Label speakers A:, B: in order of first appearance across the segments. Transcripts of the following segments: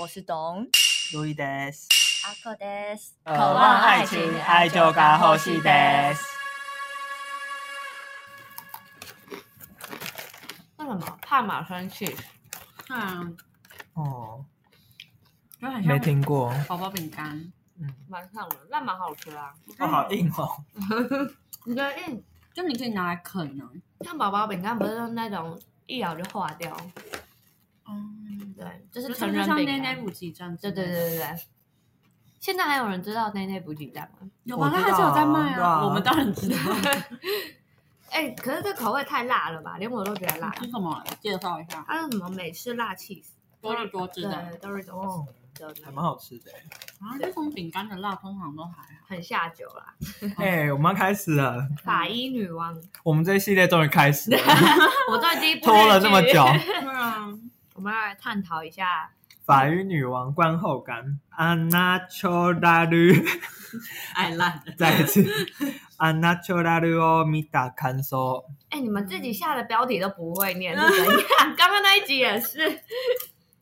A: 我是董
B: 路易德斯，
A: 阿克德斯，
B: 渴望爱情，爱就该呼吸德。
C: 那什么帕玛森 cheese，
D: 嗯，
B: 哦，
D: 就很
B: 没
D: 像
B: 听过，
D: 宝宝饼干，
B: 嗯，
C: 蛮像的，那蛮好吃的啊。
B: 哦，好硬哦，
C: 你觉得硬？
D: 就你可以拿来啃啊呢、
C: 像宝宝饼干不是就是那种一咬就化掉？
D: 嗯，
C: 对，就是
D: 就
C: 成
D: 是
C: 人
D: 像
C: 饼啊
D: 内
C: 干。
D: 内补给站之
C: 对
D: 类的，
C: 对对对对。现在还有人知道内内补给站吗？
D: 有啊，
B: 我
D: 它
B: 知
D: 还是
B: 道
D: 有在
B: 啊
D: 卖
B: 对啊
D: 我们当然知道。
C: 哎、可是这口味太辣了吧，连我都觉得辣。
D: 是什么？介绍一下，
C: 它是什么美式辣 cheese？
D: 多利多汁
C: 对
D: 的。啊，，
C: 都是
B: 哦
C: 种，
B: 还蛮好吃的。
D: 这种饼干的辣通常都还好。
C: 很下酒啦。
B: 哎，我们要开始了，
C: 法医女王，
B: 我们这一系列终于开始 了，
C: 我终于第一部
B: 拖了
C: 日
B: 这么
C: 剧
B: 久。
D: 对啊，
C: 我们要来探讨一下
B: 法语女王观后感，安娜丘拉绿，
D: 爱烂的。
B: 再一次，安娜丘拉绿哦，米达看守。
C: 哎、你们自己下的标题都不会 念是怎样？刚刚那一集也是，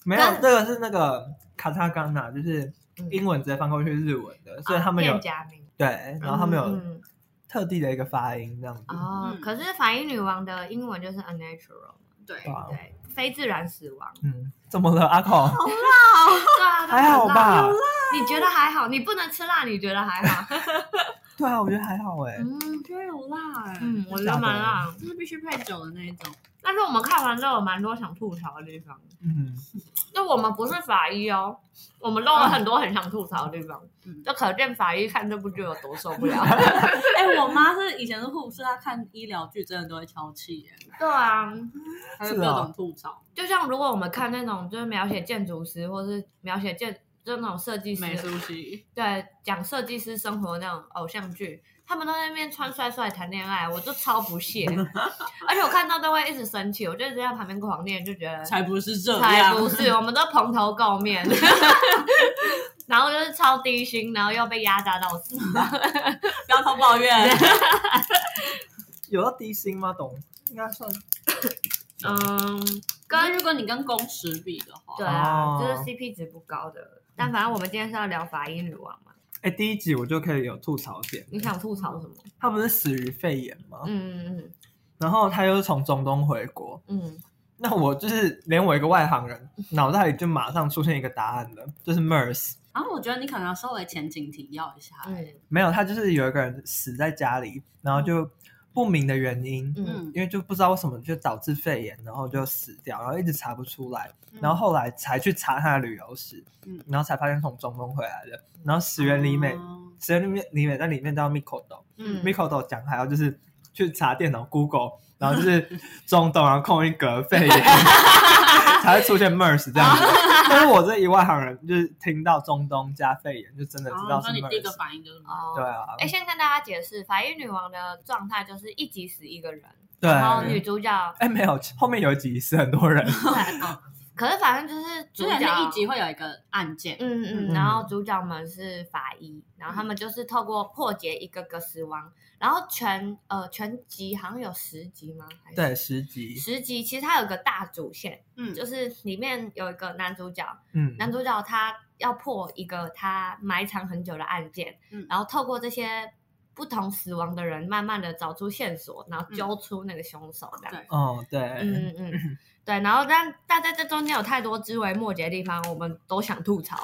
B: 没有，这个是那个卡塔冈纳，就是
C: 嗯
B: 英文直接翻过去日文的，所以他们
C: 啊
B: 有
C: 片假名，
B: 对，然后他们有
C: 嗯
B: 特地的一个发音这样子。
C: 嗯哦、
D: 嗯
C: 可是反应女王的英文就是 unnatural，
D: 对
B: 对啊
C: 对，非自然死 亡。
B: 嗯，怎么了，阿孔？
C: 对啊，
B: 还好吧？
C: 你觉得还好？你不能吃辣，你觉得还好？
B: 对啊，我觉得还好哎、
C: 嗯
D: 觉得有辣哎、
C: 嗯，我觉得蛮辣。
D: 就是必须配酒的那一种。
C: 但是我们看完之后有蛮多想吐槽的地方。
B: 嗯，
C: 就我们不是法医哦，我们漏了很多很想吐槽的地方。
D: 嗯
C: 就可见法医看这部剧有多受 不了。
D: 哎、我妈是以前是护士，她看医疗剧真的都会敲气耶，
C: 对啊，
D: 她有
B: 是
D: 各
B: 哦
D: 种吐槽。
C: 就像如果我们看那种就是描写建筑师，或是描写建就那种设计师，
D: 美术系，
C: 对讲设计师生活那种偶像剧，他们都在那边穿帅帅谈恋爱，我就超不屑，而且我看到都会一直生气，我就一直在旁边狂念，就觉得
D: 才不是这样，
C: 才不是，我们都蓬头垢面， 然后就是超低薪，然后又被压榨到死，
D: 不要偷抱怨。
B: 有到低薪吗？懂？应该算
C: 嗯，
D: 跟
C: 跟
D: 如果你跟工时比的话，
C: 对啊，
B: 哦
C: 就是 CP 值不高的，但反正我们今天是要聊法医女王嘛，
B: 哎、第一集我就可以有吐槽点。
C: 你想吐槽什么？
B: 他不是死于肺炎吗？
C: 嗯嗯
B: 然后他又是从中东回国，
C: 嗯，
B: 那我就是连我一个外行人，脑袋里就马上出现一个答案了，就是 MERS。
D: 然后我觉得你可能要稍微前景提要一下，
C: 嗯
B: 没有，他就是有一个人死在家里，然后就不明的原因，
C: 嗯
D: 嗯，
B: 因为就不知道为什么就导致肺炎，然后就死掉，然后一直查不出来，
C: 嗯
B: 然后后来才去查他的旅游史，
D: 嗯
B: 然后才发现从中东回来的，然后石原里美，
D: 嗯
B: 石原里美里美在里面叫 Mikoto，
C: 哦嗯
B: Mikoto 讲，还有就是去查电脑 Google，然后就是中东，然后空一格肺 炎，才会出现 MERS 这样子。
C: 哦
B: 但是我这一外行人，就是听到中东加肺炎，就真的
D: 然
B: 知
D: 后
B: 道
D: 你
B: 是
D: 说你第一个
B: MERS。
D: 反应就是什么？
C: 哦
B: 对啊，
C: 哎，先跟大家解释，法医女王的状态就是一集死一个人，
B: 对，
C: 然后嗯女主角，
B: 哎没有，后面有一集是很多人，
C: 可是反正就是主
D: 之前
C: 角
D: 那一集会有一个案件，
C: 嗯
B: 嗯
C: 嗯，然后主角们是法医，然后
D: 嗯
C: 他们就是透过破解一个个死亡，然后全呃全集好像有十集吗？还是
B: 对，十集，
C: 十集其实它有个大主线，
D: 嗯
C: 就是里面有一个男主角，
B: 嗯，
C: 男主角他要破一个他埋藏很久的案件，
D: 嗯
C: 然后透过这些不同死亡的人，慢慢的找出线索，然后揪出那个凶手，这样。
D: 嗯对
B: 哦，对，
C: 嗯嗯，嗯，对，然后但但在这中间有太多枝微末节的地方，我们都想 吐槽，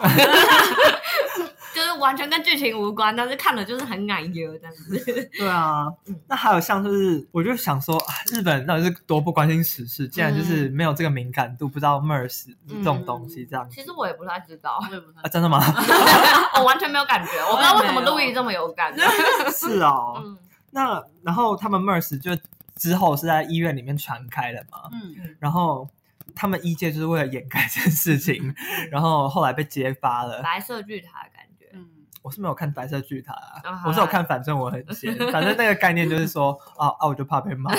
C: 就是完全跟剧情无关，但是看了就是很奶油这样子。
B: 对啊。那还有像就是，我就想说，啊日本人到底是多不关心时事，竟然就是没有这个敏感度，不知道 MERS 这种东西这样子
C: 其实我也不太知道，
D: 我也不太
B: 啊，真的吗？
C: 我完全没有感觉，我不知道为什么路易这么有 感。啊
B: 是哦，
C: 嗯，
B: 那然后他们 MERS 就之后是在医院里面传开了嘛，
D: 嗯，
B: 然后他们医界就是为了掩盖这件事 情，然后后来被揭发了。
C: 白色巨塔的感觉，
D: 嗯，
B: 我是没有看白色巨塔、啊，
C: 啊好啦
B: 我是有看，反正我很闲，反正那个概念就是说，啊啊，我就怕被骂。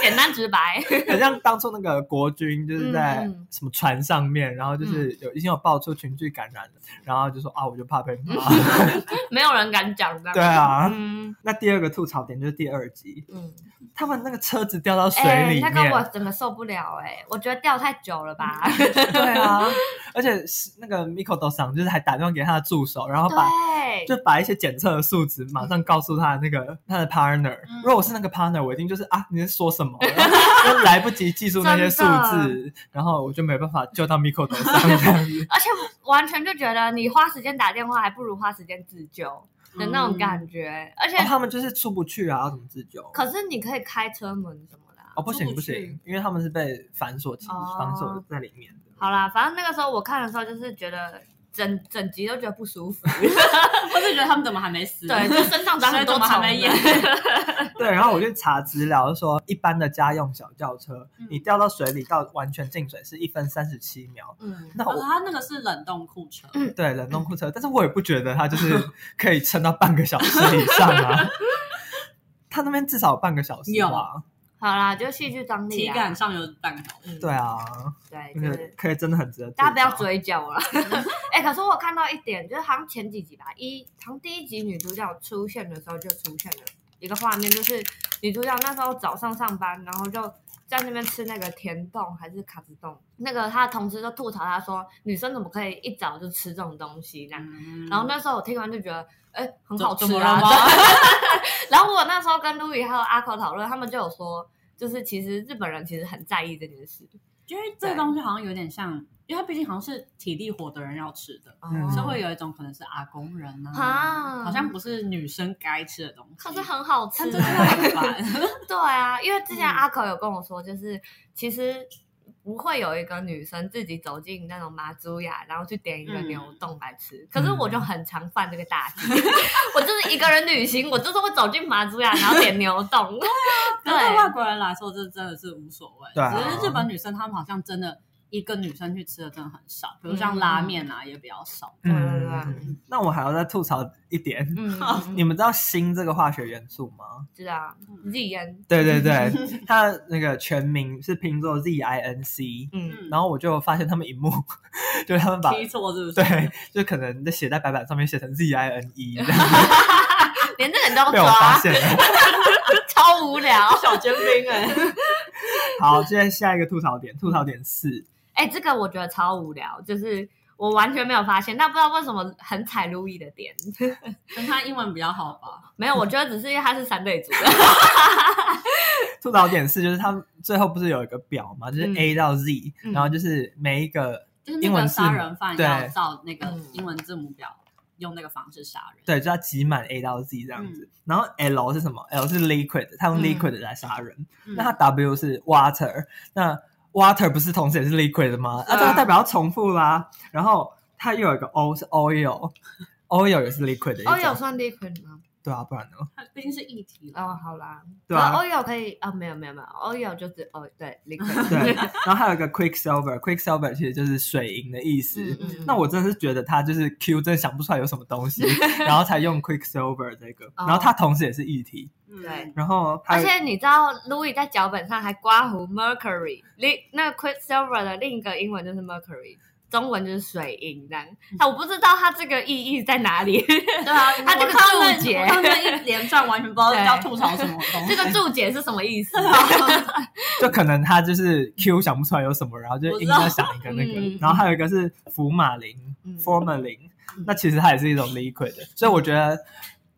C: 简单直白。
B: 很像当初那个国军，就是在
C: 嗯嗯
B: 什么船上面，然后就是有已经有爆出群聚感染了，然后就说啊，我就怕被骂。
C: 嗯没有人敢讲的。
B: 对啊
C: 嗯
B: 那第二个吐槽点就是第二集，
C: 嗯，
B: 他们那个车子掉到水
C: 哎、
B: 里
C: 那
B: 面，
C: 个我真的受不了哎、我觉得掉太 久了吧。
B: 对啊， 而且是那个 Miko 都桑就是还打电话给他的助手，然后把
C: 对，
B: 就把一些检测的数值马上告诉他的那个他的 partner。
D: 嗯
B: 如果我是那个 partner，我一定就是啊，你在说什 么？然后就来不及记住那些数
C: 真
B: 字，然后我就没办法救到 Miko 头上这样子。
C: 而且完全就觉得你花时间打电话，还不如花时间自救的那
D: 嗯
C: 种感觉。而且
B: 哦、他们就是出不去啊，要怎么自救？
C: 可是你可以开车门什么的啊、
B: 哦，不
D: 出
B: 行
D: 不
B: 不
D: 去
B: 行，因为他们是被反锁起，
C: 哦
B: 反锁在里面的。
C: 好啦，反正那个时候我看的时候，就是觉得整整集都觉得不舒服。
D: 我是觉得他们怎么还没死？
C: 对，就身上长很多
D: 所以怎么还
C: 草
D: 没
C: 莓
D: 演。
B: 对，然后我就查资料，就说一般的家用小轿车，
D: 嗯
B: 你掉到水里到完全进水是一分三十七秒。
C: 嗯，
B: 那
D: 哦，
B: 我
D: 他那个是冷冻库车，
B: 对冷冻库车，但是我也不觉得它就是可以撑到半个小时以上 啊。它那边至少有半个小时
D: 有
B: 吧？
C: 好啦，就戏剧张力
D: 体
C: 啊。
D: 感上有半个小时。
C: 嗯
B: 对啊，
C: 对，
B: 那
C: 就
B: 个
C: 是
B: 可以真的很值得吐槽。
C: 哎大家不要追究了。 哎、可是我看到一点，就是好像前几集吧，一好像第一集女主角出现的时候就出现了一个画面，就是女主角那时候早上上班，然后就在那边吃那个甜冻还是卡子冻，那个她的同事就吐槽她说，女生怎么可以一早就吃这种东西这样。
D: 嗯
C: 然后那时候我听完就觉得，哎、很好吃
D: 怎么
C: 啊
D: 了。吗？
C: 然后我那时候跟路易还有阿口讨论，他们就有说，就是其实日本人其实很在意这件事，
D: 因为这个东西好像有点像，因为它毕竟好像是体力活的人要吃的，
C: 哦
B: 嗯
D: 所以会有一种可能是阿公人啊，
C: 啊
D: 好像不是女生该吃的东西。
C: 可是 很好吃
D: 但这
C: 欸、
D: 真的很 烦，
C: 对啊，因为之前
D: 嗯
C: 阿口有跟我说，就是其实不会有一个女生自己走进那种马祖雅，然后去点一个
D: 嗯
C: 牛冻来吃。可是我就很常犯这个大忌， 我就是一个人旅行，我就是会走进马祖雅，然后点牛冻。
D: 可是对外国人来说，这真的是无所谓。
B: 对啊
D: 只是日本女生她们好像真的一个女生去吃的真的很少，比如像拉面啊也比较少。
C: 对对
B: 嗯，那我还要再吐槽一点，
C: 嗯，
B: 你们知道锌这个化学元素吗？
C: 知道 Z N，
B: 对对 对，他那个全名是拼作 Z I N C，
C: 嗯，
D: 嗯，
B: 然后我就发现他们一幕， 就是他们把
D: 踢错是不是？
B: 嗯对，就可能在写在白板上面写成 Z I N E，
C: 连这个你都要
B: 被我发
C: 抓，
B: 现了。
C: 超无聊。
D: 小尖兵 哎、
B: 好，现在下一个吐槽点，吐槽点四，
C: 哎、这个我觉得超无聊，就是我完全没有发现，但不知道为什么很踩路易的点。
D: 跟他英文比较好吧？
C: 没有，我觉得只是因为他是三对组的。
B: 吐槽点四就是他们最后不是有一个表嘛，就是
C: 嗯
B: A 到 Z，、
C: 嗯
B: 然后就是每一个
D: 就是那
B: 英
D: 个
B: 文字母
D: 杀人犯要
B: 对
D: 照那个
C: 嗯
D: 英文字母表，用那个方式杀人。
B: 对，就要挤满 A 到 Z 这
D: 嗯
B: 样子。然后 L 是什么？L 是 liquid，他用
C: 嗯
B: liquid 来杀人。
D: 嗯
B: 那它 W 是 water，那 water 不是同时也是 liquid 的吗？
D: 对
B: 啊，
D: 啊
B: 这个代表要重复啦。然后它又有一个 O 是 oil，oil 也是 liquid 的一种。
C: 欧友算 liquid 吗？
B: 对啊，不然呢？
D: 它毕竟是议题了。
C: 哦，好啦，
B: 对啊
C: 可欧友可以啊，没有没有没有，欧友就是哦，对，liquid， 嗯
B: 对， 然后还有一个 quicksilver，quicksilver 其实就是水银的意思。
C: 嗯嗯
B: 那我真的是觉得它就是 Q 真的想不出来有什么东西，然后才用 quicksilver 这个。然后它同时也是液体，
D: 嗯
C: 对
B: 然后还
C: 而
B: 有
C: 且你知道，Louis 在脚本上还刮胡 mercury，另那个 quicksilver 的另一个英文就是 mercury，中文就是水银这样。但我不知道它这个意义在哪里，
D: 对啊，
C: 他这个
D: 我看那
C: 注解
D: 我看那一连串完全不知道
C: 对
D: 要吐槽什么东
C: 这
D: 西。
C: 个注解是什么 意思？
B: 就可能它就是
C: 嗯
B: Q 想不出来有什么，然后就硬要想一个那
C: 我知
B: 个
C: 道。
B: 然后还有一个是福马林
C: 嗯
B: （formalin），那其实它也是一种 liquid 的，所以我觉得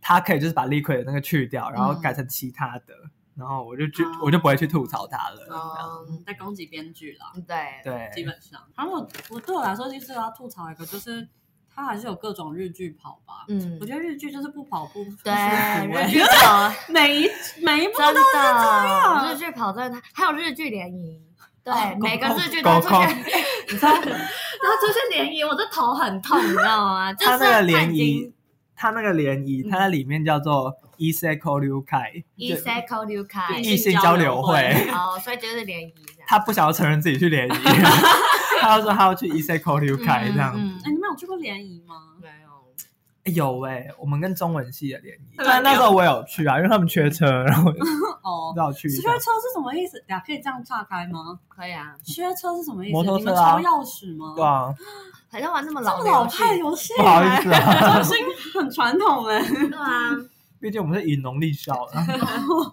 B: 它可以就是把 liquid 的那个去掉，然后改成其他的，然后我就去
D: 哦
B: 我就不会去吐槽它了。
D: 啊
B: 这样
C: 嗯，
D: 在攻击编剧啦，
C: 对，
D: 基
B: 对，
D: 本上。然后我我对我来说，就是要吐槽一个，就是他还是有各种日剧跑
B: 啊
D: 吧。
C: 嗯
D: 我，觉得日剧就是不欸跑步，
C: 对，日
D: 日
C: 剧
D: 剧
C: 跑
D: 每一每一部
C: 真的，
D: 样
C: 日剧跑真的太，还有日剧联谊。对，
D: 哦
C: 每个日剧
B: 狗
C: 都出
B: 狗
C: 现
B: 你知道
C: 然后出现涟漪，我的头很痛，你知道 吗？就是
B: 它那个
C: 它
B: 涟漪
C: 已经，嗯
B: 它那个涟漪，它在里面叫做 e s e c o l u k a
C: e s e c o l u k
D: 对
C: a
B: 异性交流 会。
C: 哦，所以就是涟漪这样。
B: 他不想要承认自己去联谊，他要说他要去 e s e c o l u k a 这样。
C: 嗯
D: 哎，你们有去过联谊吗？
C: 没有，
B: 诶有哎、我们跟中文系的联谊，
D: 对
B: 但那时候我有去啊，因为他们缺车，然后我就
D: 哦，
B: 绕去一
D: 学
B: 下。
D: 车是什么意思？俩可以这样岔开吗？
C: 可以啊，
D: 学车是什么意思？
B: 摩托
D: 你
B: 车
D: 们
B: 啊
D: 抽钥匙吗？
B: 对啊，
C: 好像玩那么
D: 这么
C: 老的
D: 老
C: 游戏，
D: 派游戏，
B: 不好意 思啊，
D: 这心很传统哎。
C: 对啊，
B: 毕竟我们是以农历啊校 的。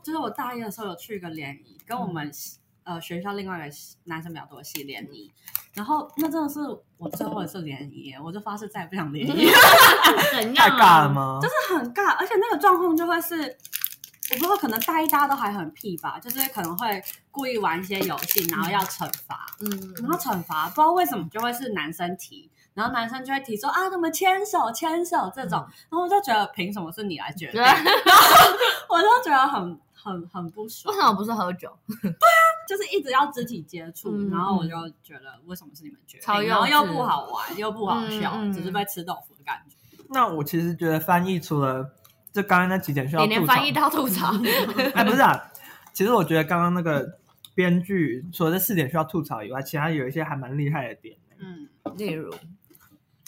D: 就是我大一的时候有去一个联谊，跟我们、呃学校另外一个男生比较多的系联谊，然后那真的是我最后一次联谊耶，我就发誓再也不想联谊，
C: 怎
B: 太
C: 样、啊？
B: 尬了？吗？
D: 就是 很尬，而且那个状况就会是，我不知道可能大一大家都还很屁吧，就是可能会故意玩一些游戏，然后要惩罚，
C: 嗯，
D: 然后惩罚不知道为什么就会是男生提。然后男生就会提说啊，他们牵手牵手这种，然后我就觉得凭什么是你来决 定？
C: 对
D: 然后我就觉得很很很不爽
C: 为。什么不是喝酒？
D: 就是一直要肢体接触，
C: 嗯
D: 然后我就觉得为什么是你们决
C: 超
D: 定，
C: 幼稚
D: 然后又不好玩，又不好笑，
C: 嗯嗯
D: 只是被吃豆腐的感觉。
B: 那我其实觉得翻译除了这刚刚那几点需 要
C: 你连
B: 吐槽
C: 翻，译到 吐槽，
B: 哎，不是啊，其实我觉得刚刚那个编剧除了这四点需要吐槽以外，其他有一些还蛮厉害的点，
D: 嗯，
C: 例如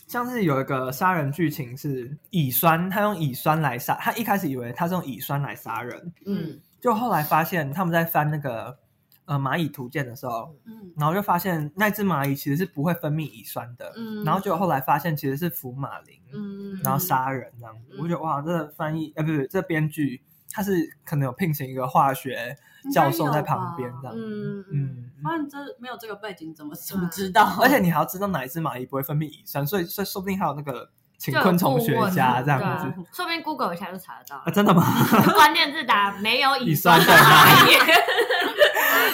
B: 像是有一个杀人剧情是乙酸，他用乙酸来杀，他一开始以为他是用乙酸来杀人，
C: 嗯
D: 嗯
B: 就后来发现他们在翻那个呃蚂蚁图鉴的时候，
D: 嗯，
B: 然后就发现那只蚂蚁其实是不会分泌乙酸的，
C: 嗯，
B: 然后就后来发现其实是福马林，
C: 嗯，
B: 然后杀人这样子。
C: 嗯
B: 我觉得哇，这翻译呃，不是这编剧，他是可能有聘请一个化学教授在旁边
D: 应
B: 这
D: 该有吧
B: 样。
C: 嗯嗯
B: 嗯，
D: 不然这没有这个背景怎么怎么知道？
B: 而且你还要知道哪一只蚂蚁不会分泌乙酸，所以所以说不定还有那个请
C: 就有
B: 昆虫学
C: 顾问
B: 家这样
C: 对啊
B: 子
C: 说不定 Google 一下就查得到
B: 啊，
C: 了。
B: 真的吗？
C: 关键字打没有嗯乙
B: 乙酸
C: 的
B: 的蚂
C: 蚂蚁。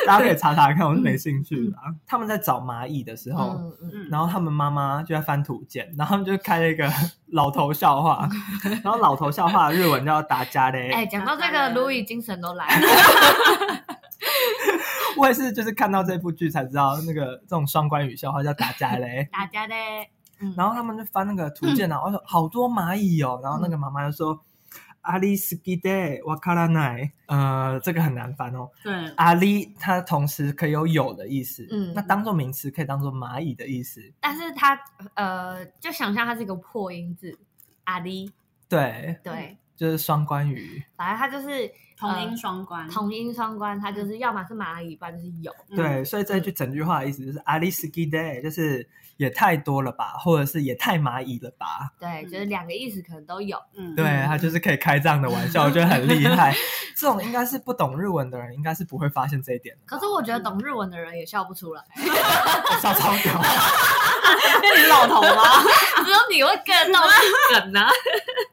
B: 大家可以查查看，我是没兴趣的啊。他们在找蚂蚁的时候，
C: 嗯嗯，
D: 嗯，
B: 然后他们妈妈就在翻图鉴，然后他们就开了一个 老头笑 话，然后老头笑话的日文叫达加嘞。
C: 哎，讲到这个，卢以精神都来了。
B: 我也是就是看到这部剧才知道那个这种双关语笑话叫达加 嘞。
C: 大家的，嗯
B: 然后他们就翻那个图 鉴啊，然后说好多蚂蚁哦，然后那个妈妈就说。阿里斯基德瓦卡拉奈，呃，这个很难翻哦。
D: 对，
B: 阿里它同时可以有有的意思，
C: 嗯
B: 那当做名词可以当做蚂蚁的意思，
C: 但是它呃，就想象它是一个破音字，阿里，
B: 对，
C: 对，
B: 就是双关语。
C: 反正它就是呃
D: 同音双关，
C: 嗯同音双关，它就是要么是蚂蚁，不然就是有。
D: 嗯
B: 对，，所以这句整句话的意思就是阿里斯基德，就是也太多了吧，或者是也太蚂蚁了吧。
C: 对，就是两个意思可能都有。
D: 嗯，
B: 对啊他就是可以开这样的玩笑，我觉得很厉害。这种应该是不懂日文的人，应该是不会发现这一 点的。
C: 可是我觉得懂日文的人也笑不出来，
B: 我笑超屌。
D: 那你老头吗？
C: 只有你会啊 get 到这个梗呢。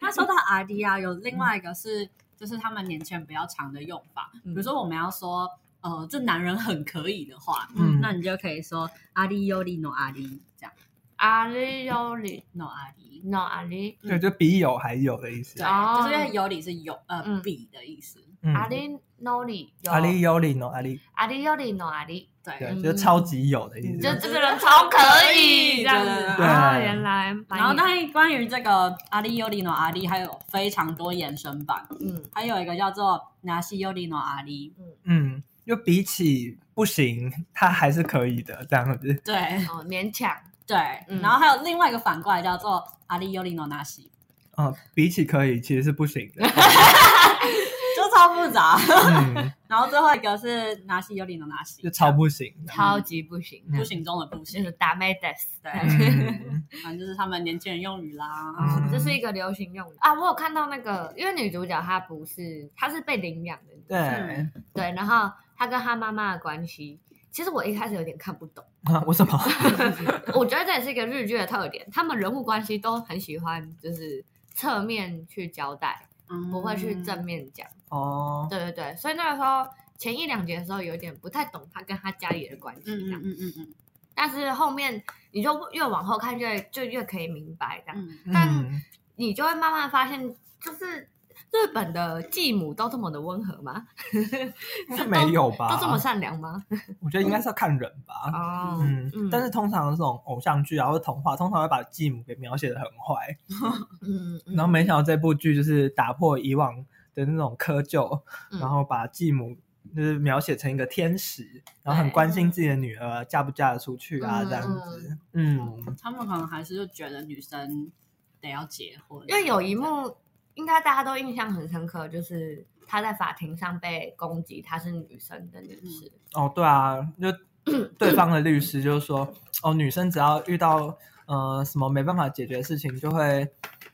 D: 那说到 R D 啊，有另外一个是，就是他们年前比较常的用法，
C: 嗯
D: 比如说我们要说。呃，这男人很可以的话，
B: 嗯
D: 那你就可以说阿里尤里诺阿里这样
C: 阿里有里
D: ，no 阿里，
C: ，no 阿里，
B: 对，就比有还有的意思
D: 对，。
C: 哦
D: 就是因为尤里是有呃
C: 嗯
D: 比的意思，
B: 嗯
C: 阿里 no 里，
B: 阿里有里喏，阿里
C: 阿里有里 no 阿里，
B: 对，
C: 嗯
B: 就是超级有的意思。
C: 就这个人超可以这样子。
D: 对
C: 哦，原来，
D: 然后，但是关于这个阿里尤里诺阿里，还有非常多延伸版，
C: 嗯
D: 还有一个叫做拿西尤里诺阿里，
B: 嗯，就比起不行，他还是可以的这样子。
D: 对
C: 哦，勉强，
D: 对、
C: 嗯
D: 然后还有另外一个反过来叫做阿里尤里诺拿西，
B: 哦，比起可以其实是不行的。
D: 就超复杂。
B: 嗯，
D: 然后最后一个是拿西尤里诺拿西
B: 就，超不行的。
C: 超级不行，
B: 嗯
D: 不行中的不
C: 就
D: 行，
C: 是打妹 des，
D: 对，
B: 嗯，
D: 反正就是他们年轻人用语啦。
B: 嗯
C: 这是一个流行用语啊。我有看到那个，因为女主角她不是，她是被领养的，
B: 对，
D: 嗯
C: 对，然后她跟她妈妈的关系，其实我一开始有点看不懂。
B: 啊， 为什么？
C: 我觉得这也是一个日剧的特点，他们人物关系都很喜欢就是侧面去交代，
D: 嗯
C: 不会去正面讲。
B: 哦，
C: 对对对，所以那个时候前一两节的时候有点不太懂他跟他家里的关系
D: 嗯
C: 这
D: 嗯
C: 样，
D: 嗯嗯嗯
C: 但是后面你就越往后看就会就越可以明白这样，
D: 嗯
C: 但
B: 嗯，
C: 你就会慢慢发现就是。日本的继母都这么的温和吗？
B: 应该没有吧？
C: 都这么善良吗？
B: 我觉得应该是要看人吧。
C: 哦，
B: 嗯，但
C: 是
B: 是通常这种偶像剧啊或者童话，通常会把继母给描写的很坏，
C: 嗯，嗯
B: 然后没想到这部剧就是打破以往的那种窠臼，
C: 嗯
B: 然后把继母就是描写成一个天使，然后很关心自己的女儿嫁不嫁得出去啊
C: 嗯
B: 这样子。嗯，
D: 他们可能还是就觉得女生得要结婚，啊
C: 因为有一幕应该大家都印象很深刻，就是她在法庭上被攻击，她是女生的律师，
B: 哦，对啊，就 对方的律师就是说，哦，女生只要遇到呃什么没办法解决的事情，就会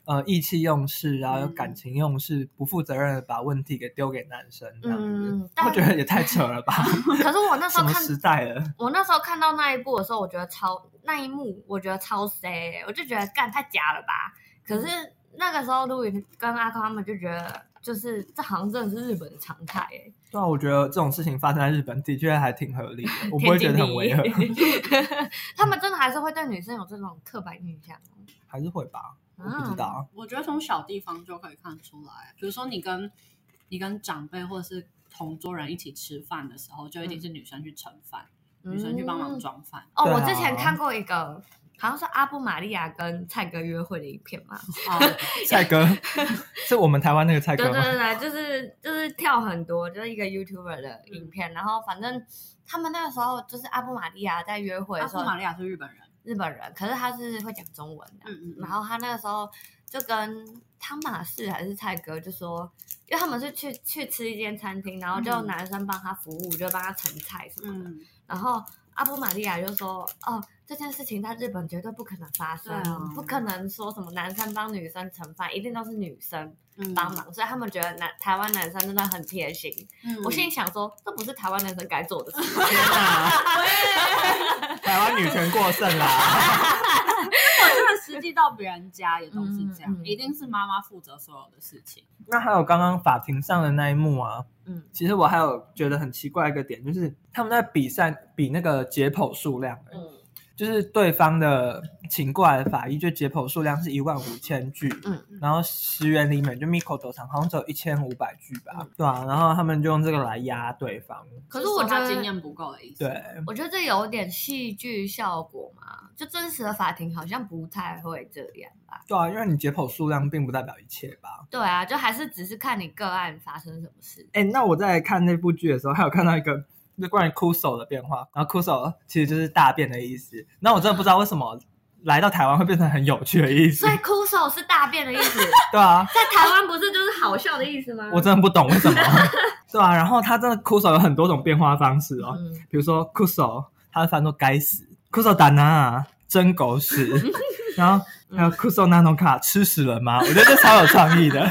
B: 呃意气用事，然后
C: 嗯
B: 有感情用事，不负责任的把问题给丢给男生这样子。
C: 嗯，但
B: 我觉得也太扯了吧！
C: 可是我那
B: 嗯
C: 时
B: 什
C: 候
B: 么
C: 看
B: 时代了？
C: 我那时候看到那一部的时候，我觉得超那一幕，我觉得超 C，、欸、我就觉得干太假了吧。可
B: 嗯
C: 是那个时候，陆云跟阿康他们就觉得，就是这好像真的是日本的常态、欸，
B: 对啊，我觉得这种事情发生在日本的确还挺合理的，我不会觉得很 违和，
C: 天经地义 他们真的还是会对女生有这种刻板印象哦。
B: 还是会吧？我
C: 嗯
B: 不知道，啊
D: 我觉得从小地方就可以看出来，比如说你跟你跟长辈或者是同桌人一起吃饭的时候，就一定是女生去盛饭，女生去帮忙
C: 嗯
D: 装饭。
C: 哦，
B: 对啊
C: 我之前看过一个，好像是阿布玛利亚跟蔡哥约会的影片嘛。
D: 哦，
B: 蔡 哥是我们台湾那个蔡
C: 对
B: 哥
C: 对
B: 吗？
C: 对对，就是就是跳很多，就是一个 YouTuber 的
B: 嗯
C: 影片。然后反正他们那个时候就是阿布玛利亚在约会
D: 阿
C: 的时
D: 夫
C: 候，
D: 啊玛利亚是日本人，啊
C: 日本人，可是他是会讲中文的。
D: 嗯
C: 然后他那个时候就跟汤马士还是蔡哥就说，因为他们是去去吃一间餐厅，然后就
D: 嗯
C: 男生帮他服务，就帮他盛菜什么的。
D: 嗯，
C: 然后阿波玛利亚就说：“哦，这件事情在日本绝对不可能发生，
D: 对啊
C: 不可能说什么男生帮女生盛饭，一定都是女生
D: 嗯
C: 帮忙。所以他们觉得男台湾男生真的很贴心。
D: 嗯
C: 我心里想说，这不是台湾男生该做的事。
B: 天哪，台湾女权过剩啦！
D: 我真的实际到别人家也都是这样，
C: 嗯嗯
D: 一定是妈妈负责所有的事情。
B: 那还有刚刚法庭上的那一幕啊，
C: 嗯，
B: 其实我还有觉得很奇怪一个点，就是他们在比赛比那个解剖数量，欸
C: 嗯
B: 就是对方的请过来的法医就解剖数量是一万五千句，
C: 嗯，
B: 然后石原里美就 Miko 走场好像只有一千五百句吧，
C: 嗯
B: 对啊，然后他们就用这个来压对方，
C: 可是我觉
D: 就说
C: 得
D: 他经验不够的意思。
B: 对，
C: 我觉得这有点戏剧效果嘛，就真实的法庭好像不太会这样吧。
B: 对啊，因为你解剖数量并不代表一切吧。
C: 对啊，就还是只是看你个案发生什么事。
B: 哎，那我在看那部剧的时候，还有看到一个。就是关于哭手的变化，然后哭手其实就是大便的意思。那我真的不知道为什么来到台湾会变成很有趣的意思
C: 所以，哭手是大便的意思，
B: 对啊，
C: 在台湾不是就是好笑的意思 吗？
B: 我真的不懂为 什么。对啊，然后他真的哭手有很多种变化方式哦，
C: 嗯，
D: 啊
B: 比如说哭手，他会翻作该死，哭手打哪，真狗 屎，然后还有哭手那种卡吃屎了吗？我觉得这超有创 意的。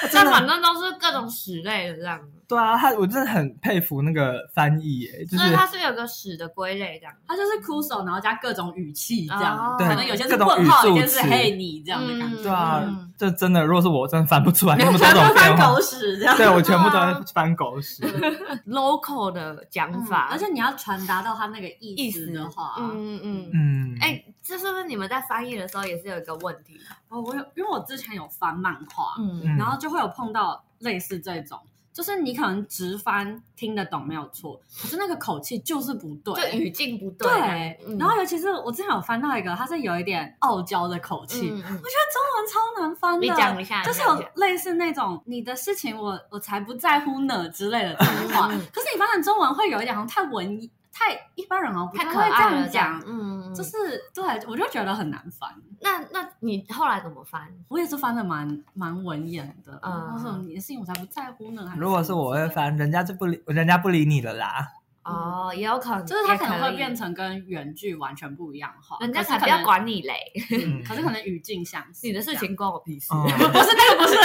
B: 他真
C: 但反
B: 的，
C: 正都是各种屎类的这样，
B: 对啊，他我真的很佩服那个翻译耶，就
C: 所以
B: 是
C: 它是有个屎的归类这样。
D: 他就是哭手，然后加各种语气这样，
C: 哦
D: 可能有些是
B: 对
D: 问号，
B: 各种语
D: 有
B: 助
D: 些是
B: 词
D: 嘿你这样的感觉。
B: 对啊
C: 嗯，
B: 这真的，如果是我，真的翻不出 来那么多
D: 全
B: 种
D: 部
B: 变
D: 翻
B: 化
D: 狗。屎这样。
B: 对我全部都在翻狗屎，
C: local 的讲
D: 嗯
C: 法，
D: 而且你要传达到他那个
C: 意
D: 意
C: 思
D: 思的话，
C: 嗯嗯嗯，
B: 嗯，
C: 哎、这是不是你们在翻译的时候也是有一个问题？
D: 哦，我有，因为我之前有翻漫画，
B: 嗯
C: 嗯
D: 然后就会有碰到类似这种，就是你可能直翻听得懂没有错，可是那个口气就是不
C: 就
D: 对。
C: 语境不对
D: 对
C: 这样，嗯，
D: 然后尤其是我之前有翻到一个，它是有一点傲娇的口气，
C: 嗯嗯
D: 我觉得中文超难翻的。
C: 你讲一下，
D: 就是
C: 你讲一
D: 有
C: 下
D: 类似那种你的事情我我才不在乎呢之类的对话，
C: 嗯嗯
D: 可是你发现中文会有一点好像太文艺，太一般人好像不
C: 太可
D: 会这
C: 爱了
D: 样讲，
C: 嗯，嗯嗯
D: 就是对我就觉得很难翻。
C: 那那你后来怎么翻？
D: 我也是翻的蛮蛮文言的，
C: 嗯
D: 嗯，说你的事情我才不在乎呢。还
B: 如果是我会
D: 什么之类的，
B: 翻，人家就不理，人家不理你了啦。
C: 哦，也有可能，
D: 就是它
C: 也
D: 可能会变
C: 以，
D: 成跟原句完全不一样的话，
C: 人家
D: 可
C: 才
D: 是
C: 不
D: 可
C: 要
D: 能，
C: 管你嘞，
D: 嗯可是可能语境相 似，
C: 你的事情关 我 屁事，
B: 嗯
D: 这样不是那个不是，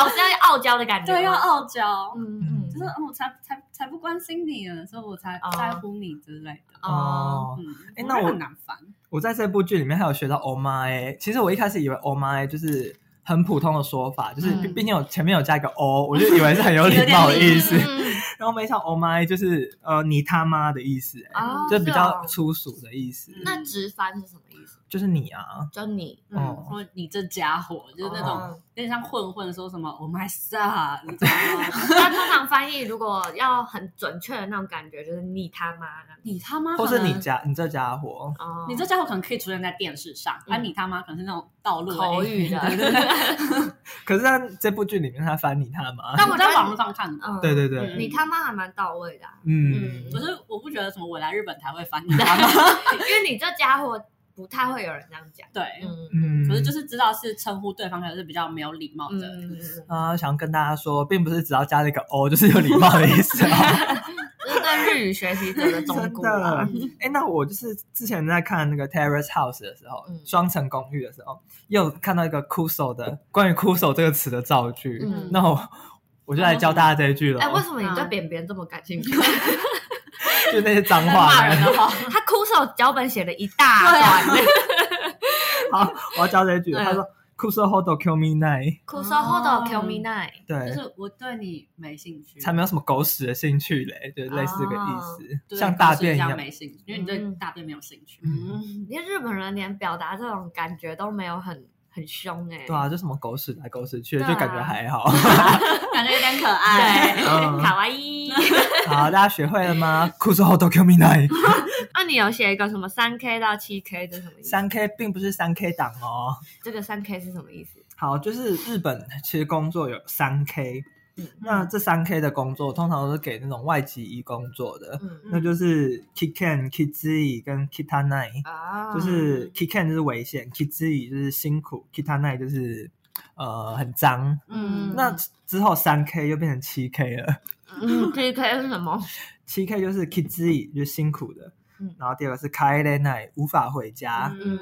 C: 哦，是 要傲娇的感觉吗，
D: 对，要傲娇，
B: 嗯
C: 嗯嗯
D: 就是嗯我才才才不关心你呢，所以我才
C: 哦
D: 在乎你之类
C: 哦，
D: 的。
B: 哦，
D: 嗯，
B: 诶
D: 觉
B: 那
D: 得
B: 我
D: 很难翻，
B: 我在这部剧里面还有学到 “oh my”，其实我一开始以为 “oh my” 就是很普通的说法，就是
C: 嗯
B: 毕毕竟有前面有加一个 “o”，我就以为是很有礼貌的意思
C: 嗯。嗯嗯
B: 然后没想到 “oh my” 就是呃你他妈的意思、欸，
C: 哦
B: 就是比
C: 哦
B: 较粗俗的意思，
D: 嗯
C: 那直翻是什么意思？
B: 就是你啊，
C: 就你
B: 哦
D: 嗯，说你这家伙就是那种
C: 哦
D: 有点像混混说什么 “Oh my god”，你知道吗？
C: 那通常翻译如果要很准确的那种感觉，就是你他妈那种
D: 你他妈，
B: 或是你。家你这家伙，
C: 哦，
D: 你这家伙可能可以出现在电视上，
C: 嗯
D: 而你他妈可能是那种道路
C: 口语 的
D: AV 对对对
B: 可是在这部剧里面他翻你他妈，
C: 但我
D: 我
C: 觉
D: 在
C: 得
D: 网络上看的。
C: 嗯
B: 对对对，
C: 你他妈还蛮到位的啊、
B: 嗯
C: 嗯
D: 可是我不觉得什么我来日本才会翻你他妈，
C: 因为你这家伙不太会有人这样讲。
D: 对，
C: 嗯
B: 嗯，
D: 可是就是知道是称呼对方，可能是比较没有礼貌的。
C: 嗯，就是
B: 啊、想跟大家说，并不是只要加了一个 o 就是有礼貌的意思啊。
C: 对日语学习者的忠
B: 真
C: 告啊
B: 的
C: 啦。，
B: 哎、那我就是之前在看那个 Terrace House 的时候
C: 嗯，
B: 双、层公寓的时候，也有看到一个 kuso 的关于 kuso 这个词的造句。
C: 嗯
B: 那我我就来教大家这一
D: 哦
B: 句了，
C: 哎，为什么你 对啊扁扁这么感兴趣？
B: 就那些脏
D: 在
B: 话
D: 骂
B: 呢
D: 人的话，啊
C: 他哭手脚本写了一大段，
B: 好，我要教这一句了。
D: 嗯
B: 他说 kuso hodo kill me night，
C: 哭手 hold on kill me night。
D: 就
B: 对，
D: 是我对你没兴趣，
B: 才没有什么狗屎的兴趣嘞，就类似这个意思，
D: 对
B: 像大
D: 跟我是
B: 便
D: 一
B: 一
D: 样
B: 样。
D: 没兴趣，因为你对
C: 嗯
D: 大便没有兴趣。
B: 嗯
C: 因为日本人连表达这种感觉都没有很很凶哎、
B: 对啊，就什么狗屎来狗屎去，就
C: 对啊
B: 感觉还好。
D: 感觉有点可爱。
B: 嗯
C: 对，卡哇伊。
B: 好，大家学会了吗？kuso hodo kill me night。
C: 那、你有写一个什么三 K 到七 K 这什么意思？
B: 三 K 并不是三 K 党哦。
C: 这个三 K 是什么意思？
B: 好，就是日本其实工作有三 K，、
C: 嗯
B: 那这三 K 的工作通常都是给那种外籍移工做的，
C: 嗯
B: 那就是 Kikan、Kizui 跟 Kitanai，、
C: 啊，
B: 就是 Kikan 就是危险，Kizui 就是辛苦，Kitanai 就是呃很脏。
C: 嗯
B: 那之后三 K 又变成七 K 了，
C: 嗯七 K 是什么？
B: 七 K 就是 Kizui 就是辛苦的，
C: 嗯
B: 然后第二个是 Kairenai 无法回家，
C: 嗯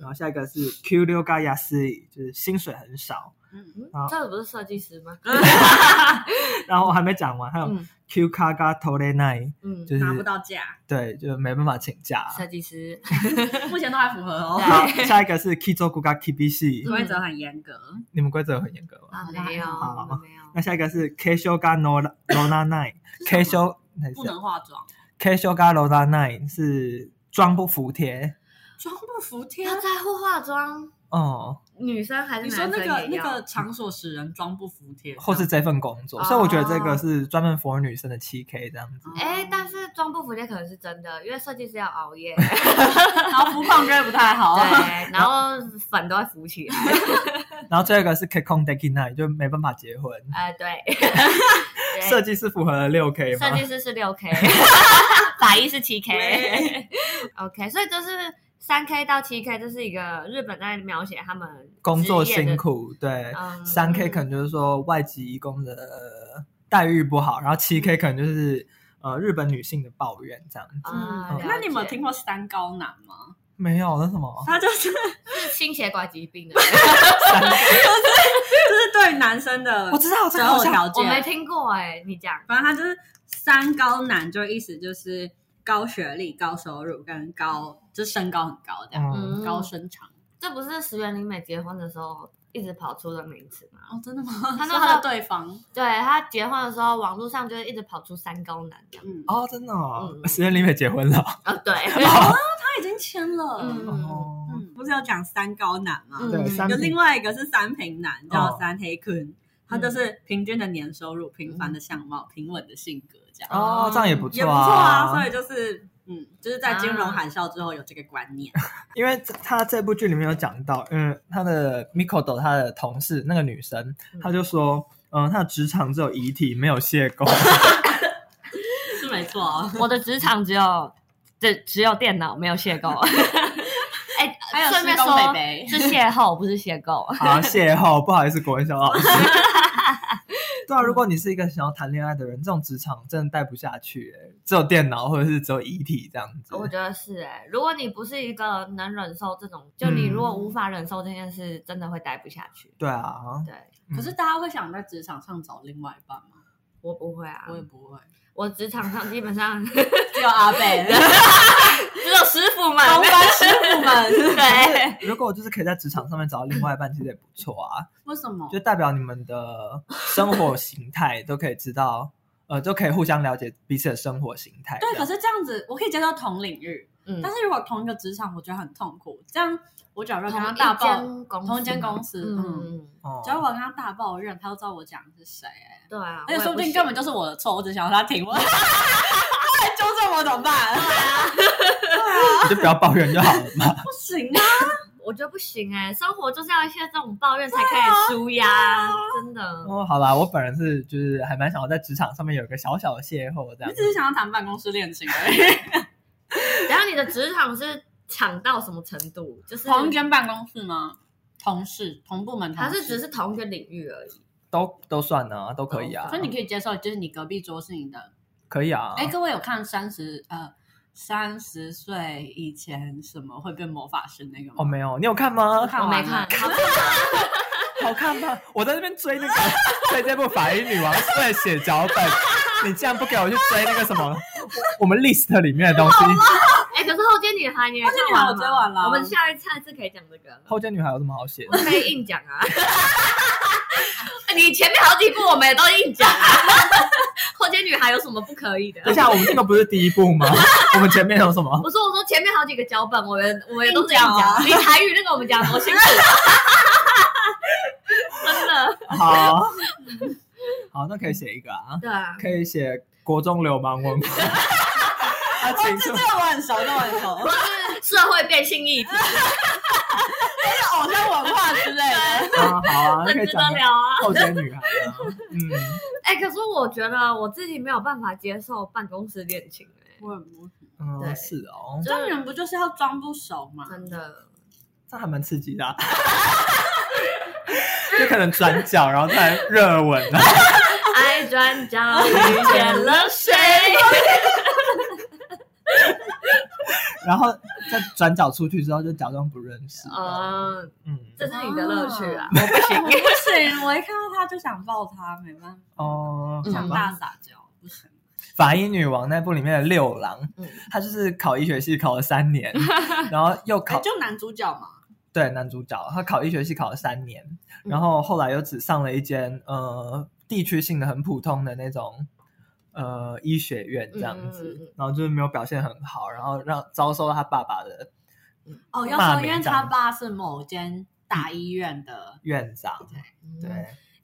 B: 然，后下一个是 Q 六 g a y a s i 就是薪水很少。
D: 嗯
B: 好
C: 这个不是设计师吗？
B: 然后我还没讲完，还有
C: 嗯
B: Q 卡嘎 t o l e n i
C: 嗯，
B: 就是
D: 拿不到价，
B: 对，就是没办法请假。
C: 设计师。
D: 目前都还符合哦。
C: 对
B: 好， 下一个是 Kizoku ga Kibishi，
C: 嗯
D: 规则很严格，
B: 你们规则有很严格吗？
C: 啊，没有，
B: 好
C: 我们没有。
B: 那下一个是 Kesho ga no no na nai，Kesho
D: 是什
B: Kesho 那
D: 不
B: 是
D: 能化妆，
B: Kesho ga no na nai 是装不服帖
D: 妆不服帖
C: 他在乎化妆，
B: 哦，
C: 女生还
D: 你
C: 是
D: 说
C: 男
D: 那
C: 生
D: 个
C: 也
D: 那
C: 要
D: 个场所使人装不服帖，
B: 或是这份工作，
C: 哦
B: 所以我觉得这个是专门 for 女生的七 K 这样子。
C: 哎、 但是装不服帖可能是真的，因为设计师要熬夜，
D: 然后肤况就会不太
B: 哦
D: 好。
C: 对，然后粉都会浮起来。
B: 然后最后一个是 Kekon deki nai，就没办法结婚。
C: 呃，对，
B: 设
C: 对
B: 计师符合了六 K 吗
C: 设？计师是六 K，法医是七 K
D: 喂。
C: OK，所以就是三 K 到七 K，这是一个日本在描写他们
B: 工作
C: 职业的
B: 辛。苦，对。
C: 嗯，
B: 三 K 可能就是说外籍移工的呃待遇不好，然后七 K 可能就是呃日本女性的抱怨这样子。
C: 啊
D: 嗯，
C: 了
D: 那你们有
C: 解
D: 听过三高男吗？
B: 没有那什么
D: 他就是
C: 是心血管疾病的，
B: 三 K，
D: 就是对男生的
B: 我知道这
D: 择
B: 个好
D: 偶
B: 像
D: 条
C: 我没
D: 件，
C: 听过哎、你讲
D: 反正他就是三高男，就意思就是高学历、高收入跟高，就是身高很高这样，
B: 嗯，
D: 高身长。
C: 这不是石原里美结婚的时候一直跑出的名词吗？
D: 哦，真的吗？
C: 他那
D: 说
C: 时
D: 他
C: 候
D: 的对方，
C: 对他结婚的时候，网络上就是一直跑出三高男这样。
D: 嗯，
B: 哦，真的哦，
C: 嗯
B: 石原里美结婚了，
C: 啊、 对，
D: 他已经签了。
C: 嗯
B: 哦，
D: 嗯，不是有讲三高男吗？
C: 嗯
B: 对，三
D: 有另外一个是三平男，叫
B: 哦嗯
D: 三黑坤，他就是平均的年收入、平凡的相貌、平稳的性格这样，
B: 哦，这样也不
D: 也
B: 错
D: 不错啊。所
B: 以
D: 以就是，嗯，就是在金融海啸之后有这个观念，
B: 因为他这部剧里面有讲到，嗯，他的 Mikoto 他的同事那个女生，
C: 嗯
B: 她就说，嗯，她的职场只有遗体，没有邂 逅。
D: 是没错啊。
C: 我的职场只有只只有电脑，没有邂逅。 哎、
D: 还有
C: 顺便
D: 施工
C: 说
D: 北北
C: 是邂逅，不是邂 逅。
B: 好，邂逅，啊哦不好意思，国文小老师。 对啊，如果你是一个想要谈恋爱的人，这种职场真的待不下去、欸，只有电脑或者是只有遗体这样子。
C: 我觉得是哎、如果你不是一个能忍受这种，就你如果无法忍受这件事，真的会待不下去。
B: 对啊，
C: 对
B: 嗯
D: 可是大家会想在职场上找另外一半吗？
C: 我不会啊
B: 嗯
D: 我，也不会，
C: 我职场上基本上
D: 只有 阿贝、
C: 只有师傅们，
D: 公关师 傅们。
C: 对，
B: 如果就是可以在职场上面找到另外一半，其实也不错啊，
D: 为什 么
B: 就？代表你们的生活形态都可以知道，呃，都可以互相了解彼此的生活形态。
D: 对，可
B: 是
D: 是这样子我可以接受同领域，
C: 嗯
D: 但是如果同一个职场，我觉得很痛苦。这样我假如跟他
C: 同一
D: 大爆，
C: 间公司，
D: 同一间公司，嗯
C: 嗯，嗯
B: 哦
D: 只要我跟他大抱怨，他都知道我讲的是谁、欸，
C: 对啊，
D: 而且说不定
C: 根
D: 根
C: 本
D: 本
C: 就
D: 就是我的错，我只想要他停我。他 来纠正我怎么办？
B: 你就不要抱怨就好了嘛。
D: 啊不行 啊！
C: 我觉得不行哎、生活就是要一些这种抱怨才可
D: 啊
C: 以舒压，真的。
B: 哦，好啦，我本人是就是还蛮想要在职场上面有一个小小的邂逅这样
D: 你
B: 子
D: 只。是想要谈办公室恋情而已。
C: 然后你的职场是抢到什么程度，就是
D: 同一间办公室吗？同事，同部门同
C: 还
D: 事，
C: 是只是同一个领域而已。
B: 都都算啊，都可以啊，
D: 哦所以你可以接受，就是你隔壁桌是你的。
B: 可以啊。
D: 哎、各位有看三十呃三十岁以前什么会变魔法师那个吗？
B: 哦，没有，你有看吗？
D: 看
C: 我
D: 完
C: 没
D: 了
C: 看，好
B: 好看吗？我在那边追那 个追这部《法医女王》是为了写脚本，你竟然不给我去追那个什么我们 list 里面的东西。
C: 哎、可是后街女孩你还
D: 后街女孩我
C: 看完吗
D: 追完了
C: 我们下一下一次可以讲这个。
B: 后街女孩有什么好写
C: 我
B: 的？
C: 可以硬讲 啊。你前面好几部我们也都硬讲啊。 后街女孩有什么不可以的？
B: 等一下，我们这个不是第一部吗？我们前面有什么？
C: 不是我说前面好几个脚本，我们
B: 啊
C: 我们都是硬
D: 硬讲
C: 讲。你台语那个我们讲多辛苦， 真的。
B: 好，好，那可以写一个啊，
C: 对啊，
B: 可以写国中流氓文化。啊，
D: 哦，
B: 请
D: 这
B: 出
D: 这个我很熟，这个我很熟，
C: 社会变性议题，
D: 是偶像文化之类的。
B: 啊，好啊，那可
C: 很
B: 以
C: 值
B: 讲
C: 得聊啊。
B: 后街女孩啊。 嗯，
C: 哎、可是我觉得我自己没有办法接受办公室恋情、哎，
D: 我我
B: 嗯，
C: 对
B: 是哦，
D: 这样人不就是要装不熟吗？
C: 真的。
B: 这还蛮刺激的啊、 就可能转角，然后再热吻 啊。
C: 爱转角遇见了谁？
B: 然后在转角出去之后就假装不认识。啊
C: 嗯。
B: 嗯，
C: 这是你的乐趣啊
D: 啊！
B: 哦
C: 我不
D: 我
C: 行，
D: 不行，我一看到他就想抱他，没办
B: 哦，
C: 嗯
D: 法，想
B: 好吧
D: 大撒娇，不行。
B: 法医女王那部里面的六郎，
C: 嗯
B: 他就是考医学系考了三 年，然后又
D: 哎，
B: 考
D: 就男主角嘛，
B: 对男主角，他考医学系考了三年，
C: 嗯
B: 然后后来又只上了一间呃地区性的很普通的那种呃医学院这样子，
C: 嗯嗯嗯
B: 然后就是没有表现很好，然后让遭受到他爸爸的
D: 哦，要
B: 骂
D: 说因为
B: 名
D: 他
B: 章
D: 爸是某间大医院的，
B: 院长，
C: 嗯
B: 对，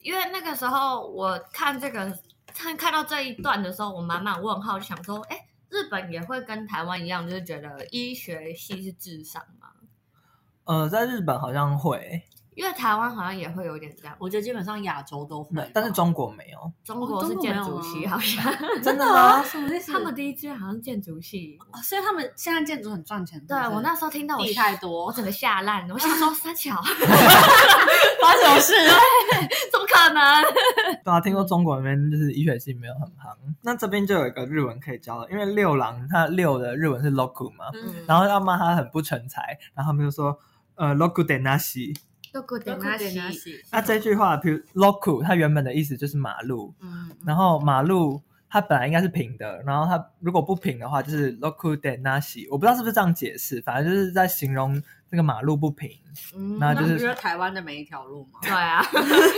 C: 因为那个时候我看这个看看到这一段的时候，我满满问号，就想说，哎，日本也会跟台湾一样，就是觉得医学系是至上吗？
B: 呃，在日本好像会，
C: 因为台湾好像也会有点这样，
D: 我觉得基本上亚洲都会吧，
B: 嗯但是中国没有，
C: 中国是建筑系，好像
B: 真的
D: 啊
B: 吗？
D: 什么意思？
C: 他们第一志愿好像建筑系。
D: 哦，所以他们现在建筑很赚钱。是不
C: 对
D: 是
C: 我那时候听到我
D: 地太
C: 我
D: 多，
C: 整个吓烂了，我想说三小
D: 发生什么事？
C: 怎么可能？
B: 对啊，听说中国那边就是医学系没有很行，那这边就有一个日文可以教了，因为六郎他六的日文是 loku 嘛，
D: 嗯，
B: 然后要骂他很不成才，然后他们就说呃 loku de nashi，
C: 都古典
D: 那
C: 那
D: 点
C: 西，
D: 西，
B: 那这句话，比如 loku 它原本的意思就是马路，
D: 嗯，
B: 然后马路它本来应该是平的，然后它如果不平的话就是 loku de nashi，我不知道是不是这样解释，反正就是在形容这个马路不平，
C: 嗯
B: 那
D: 那
B: 就是
D: 不就是台湾的每一条路吗？
C: 对啊，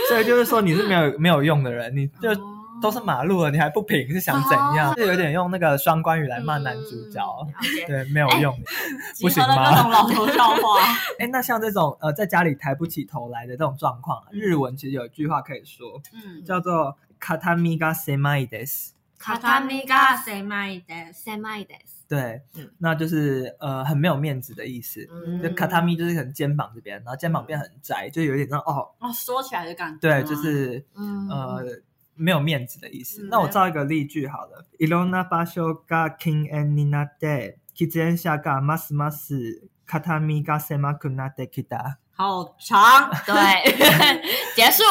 B: 所以就是说你是没有没有用的人，你就
D: 哦
B: 都是马路了，你还不平是想怎样？就有点用那个双关语来骂男主角
C: 嗯，了 解
B: 对，没有用。不
D: 集
B: 行
D: 合了
B: 吗
D: 各种老头笑话，
B: 哎、那像这种呃在家里抬不起头来的这种状况啊，
D: 嗯
B: 日文其实有一句话可以说，
D: 嗯，
B: 叫做 “katami ga semai des”。
C: Katami ga
D: 谁卖的？
C: 狭いです。
B: 对，
C: 嗯
B: 那就是呃很没有面子的意思。
C: 嗯
B: 就 katami 就是可能肩膀这边，然后肩膀变很窄，就有点那种哦，
D: 哦，说起来就感觉
B: 对，就是
C: 嗯
B: 呃没有面子的意思。
D: 嗯
B: 那我造一个例句好了。いろんな場所が禁煙になって、喫煙者がますます畳が狭くなってき た。
D: 好长，
C: 对， 结束，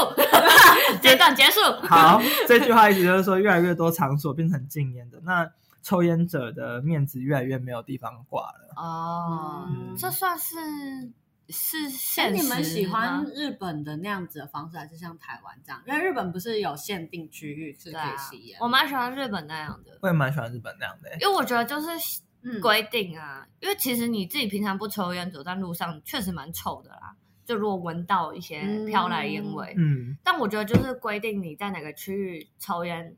C: 这段结束。
B: 好，这句话意思就是说，越来越多场所变成禁烟的，那抽烟者的面子越来越没有地方挂了。
C: 哦，
B: 嗯
C: 这算是是
D: 哎，
C: 现实
D: 你
C: 吗
D: 们喜欢日本的那样子的方式，还是像台湾这样？因为日本不是有限定区域是
C: 对
D: 可
C: 啊
D: 以吸烟？
C: 我蛮喜欢日本那样的，
B: 我也蛮喜欢日本那样 的欸、
C: 因为我觉得就是
D: 嗯
C: 规定啊，因为其实你自己平常不抽烟，走在路上确实蛮臭的啦。就如果闻到一些飘来烟味，
B: 嗯，
C: 但我觉得就是规定你在哪个区域抽烟，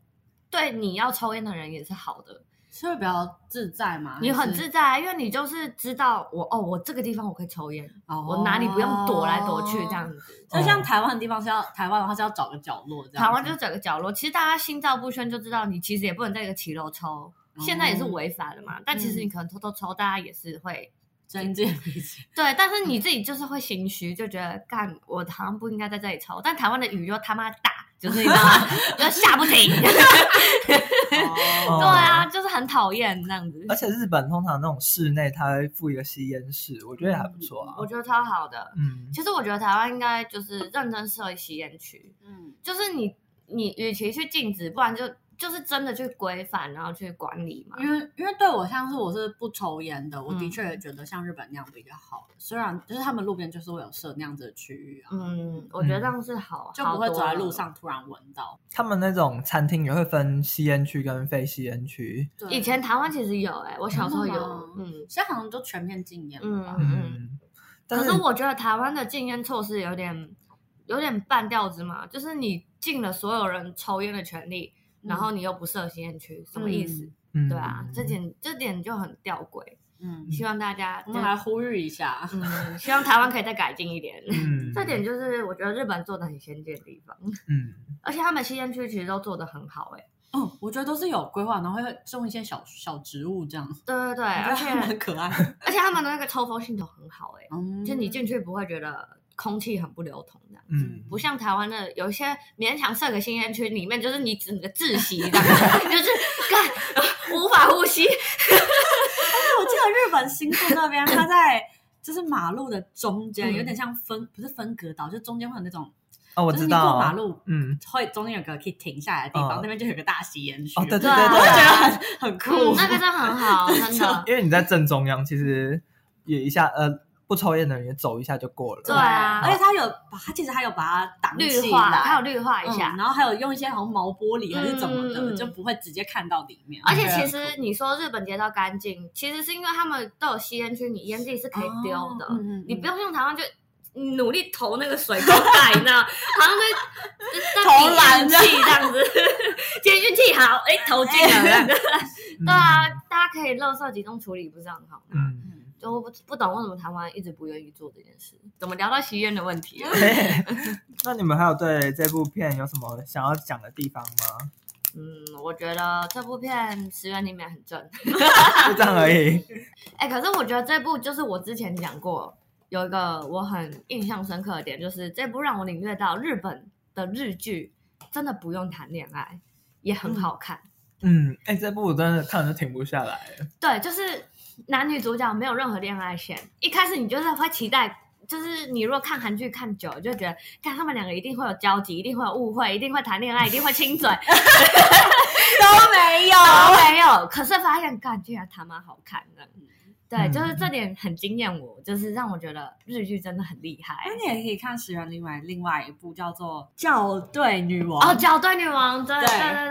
C: 对你要抽烟的人也是好的。
D: 是会比较自在嘛？
C: 你
D: 还
C: 很
D: 是
C: 自在啊，因为你就是知道我哦，我这个地方我可以抽烟，
D: 哦
C: 我哪里不用躲来躲去这样子。嗯
D: 就哦像台湾的地方是要台湾的话是要找个角落这样子，
C: 台湾就是整个角落，其实大家心照不宣就知道，你其实也不能在一个骑楼抽，现在也
D: 哦
C: 是违法的嘛。但其
D: 嗯
C: 实你可能偷偷抽，大家也是会
D: 真见彼此。
C: 对，但是你自己就是会心虚，就觉得干我好像不应该 在这里抽。但台湾的雨又他妈大，就是你知道吗，就下不停。 对
B: 哦
C: 啊，就是很讨厌这样子。
B: 而且日本通常那种室内，它会附一个吸烟室，我觉得也还不错啊
C: 嗯我。觉得超好的。
B: 嗯，
C: 其实我觉得台湾应该就是认真设吸烟区，
D: 嗯，
C: 就是你你与其去禁止，不然就就是真的去规范，然后去管理嘛。
D: 因为因为对我像是我是不抽烟的，我的
C: 嗯
D: 确也觉得像日本那样比较好。虽然就是他们路边就是会有设那样子的区域啊，
C: 嗯，我觉得这样是好，
D: 就不会
C: 好
D: 走
C: 多
D: 在路
C: 了
D: 上突然闻到。
B: 他们那种餐厅也会分吸烟区跟非吸烟区。
D: 对
C: 以前台湾其实有哎、我小时候
D: 真的
C: 有
D: 吗，
C: 嗯
D: 现在好像都全面禁烟了吧？
C: 嗯
B: 嗯， 但
C: 可
B: 是
C: 是我觉得台湾的禁烟措施有点有点半吊子嘛，就是你禁了所有人抽烟的权利，然
D: 嗯
C: 后你又不设吸烟区，什么意思？
B: 嗯
C: 对啊，这点这点就很吊诡。
D: 嗯，
C: 希望大家
D: 我们来呼吁一下，
C: 嗯，希望台湾可以再改进一点。
B: 嗯
C: 这点就是我觉得日本做的很先进的地方，
B: 嗯
C: 而且他们吸烟区其实都做的很好哎、
D: 嗯，我觉得都是有规划，然后会种一些小小植物这样，
C: 对对对，
D: 我
C: 而
D: 觉得还蛮
C: 且
D: 可 爱。
C: 而且他们的那个抽风系统很好哎、
D: 嗯，
C: 就你进去不会觉得空气很不流通这样。
B: 嗯，
C: 不像台湾的有一些勉强设个吸烟区，里面就是你整个窒息这样子，就是干无法呼吸。
D: 哎我记得日本新宿 那边，它在就是马路的中间，
C: 嗯
D: 有点像分不是分隔岛，就中间会有那种，
B: 哦，我
D: 就是
B: 知
D: 你过
B: 道
D: 马路
B: 嗯，
D: 会中间有个可以停下来的地方，
B: 嗯
D: 那边就有个大吸烟区。
B: 哦，对
C: 哦
B: 对
C: 对啊
B: 对
D: 我
B: 对，
D: 觉得很很酷。
C: 嗯，那个真的很好，真的。
B: 因为你在正中央，其实也一下呃，不抽烟的人也走一下就过了。
C: 对啊
D: 而且它有把它其实还有把它挡
C: 绿
D: 起
C: 化，
D: 来，
C: 它有绿化一下
D: 嗯，。然后还有用一些好像毛玻璃还是怎么
C: 嗯嗯
D: 的，
C: 嗯
D: 就不会直接看到里面。啊
C: 而且其
D: 我觉得很
C: 实
D: 酷
C: 你说日本街道干净，其实是因为他们都有吸烟区，你烟蒂是可以丢的，
D: 哦嗯嗯嗯
C: 你不用像台湾就努力投那个水沟盖，你知道，好像在
D: 投篮
C: 气这样子，今天运气好，哎，投进了。这样子
B: 嗯
C: 对啊，，大家可以垃圾集中处理，不是很好吗？
B: 嗯，
D: 嗯
C: 就我不不懂为什么台湾一直不愿意做这件事，怎么聊到吸烟的问题了？
B: 嘿那你们还有对这部片有什么想要讲的地方吗？
C: 嗯，我觉得这部片十元里面很正。
B: 就这样而已。
C: 哎、可是我觉得这部就是我之前讲过有一个我很印象深刻的点，就是这部让我领略到日本的日剧真的不用谈恋爱也很好看。
B: 嗯，哎，这部我真的看着就停不下来。
C: 对，就是男女主角没有任何恋爱线，一开始你就是会期待。就是你如果看韩剧看久，了，就觉得看他们两个一定会有交集，一定会有误会，一定会谈恋爱，一定会 亲嘴，
D: 都没有，
C: 都没有。可是发现，干竟然他妈好看的，对，
B: 嗯
C: 就是这点很惊艳我，就是让我觉得日剧真的很厉害。
D: 哎那你也可以看石原另外另外一部叫做《校对女王》
C: 哦，角对女王，对
D: 对
C: 对对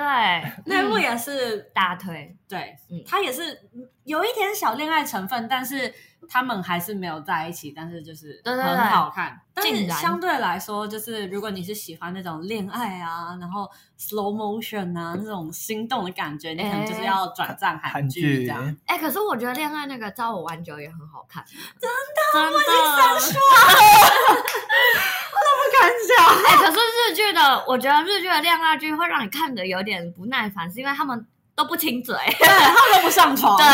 C: 对，
D: 那部
C: 嗯
D: 也是
C: 大腿，
D: 对
C: 嗯，
D: 它也是有一点小恋爱成分，但是他们还是没有在一起，但是就是
C: 对对对
D: 很好看。
C: 竟
D: 但
C: 然
D: 是相对来说，就是如果你是喜欢那种恋爱啊，然后 slow motion 啊那种心动的感觉，你可能就是要转战韩
B: 韩
D: 剧
B: 剧
D: 这样。
C: 哎，可是我觉得恋爱那个招我玩久也很好看，真的，真的，
D: 不敢想，
C: 哎，可是日剧的，我觉得日剧的恋爱剧会让你看的有点不耐烦，是因为他们都不亲嘴，
D: 对他们都不上床，
C: 对，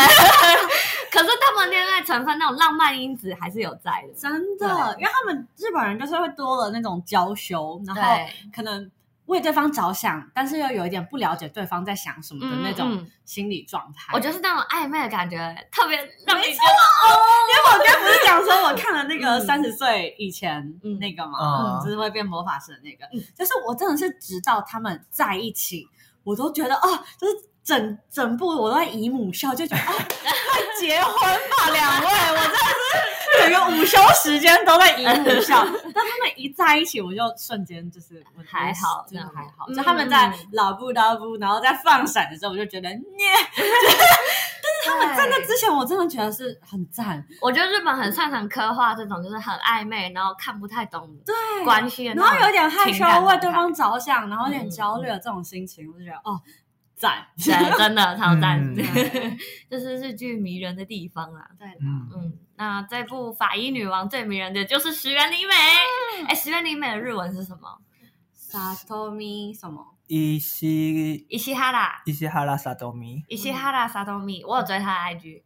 C: 可是他们恋爱成分那种浪漫因子还是有在的，
D: 真的，因为他们日本人就是会多了那种娇羞，然后
C: 对，
D: 可能为对方着想，但是又有一点不了解对方在想什么的那
C: 嗯嗯
D: 种
C: 嗯
D: 心理状态。
C: 我觉得是那种暧昧的感觉，特别让你
D: 没
C: 觉得
D: 因为我刚不是讲说我看了那个
C: 嗯
D: 三十岁以前那个嘛，
B: 嗯
D: 就是会变魔法师的那个
C: 嗯，
D: 就是我真的是直到他们在一起，我都觉得哦，就是整整部我都在姨母笑，就觉得哦，快结婚吧，两位，我真的是整个午休时间都在姨母笑。但他们一在一起，我就瞬间就是我
C: 还好
D: 真的嗯还好。
C: 嗯
D: 就他们在老不拉不，然后在放闪的时候，我就觉得耶，
C: 他们
D: 在那之前我真的觉得是很赞，
C: 我觉得日本很擅长刻画这种，就是很暧昧，然后看不太懂
D: 对。
C: 关系的那
D: 然
C: 种，
D: 后有点害
C: 情
D: 羞
C: 感，
D: 为对方着想，然后有
C: 嗯
D: 点焦虑的这种心情，我就觉得哦， 赞。
C: 对，真的超赞，
B: 嗯
D: 对
C: 这是日剧迷人的地方啊。
B: 嗯，
C: 嗯，那这部《法医女王》最迷人的就是石原里美。
D: 嗯
C: 哎、石原里美的日文是什么？
D: 萨托米什么？
B: 伊西
C: 伊西哈拉，
B: 伊西哈拉萨多米，
C: 伊西哈拉沙多米。
D: 嗯
C: 我有追她的 IG，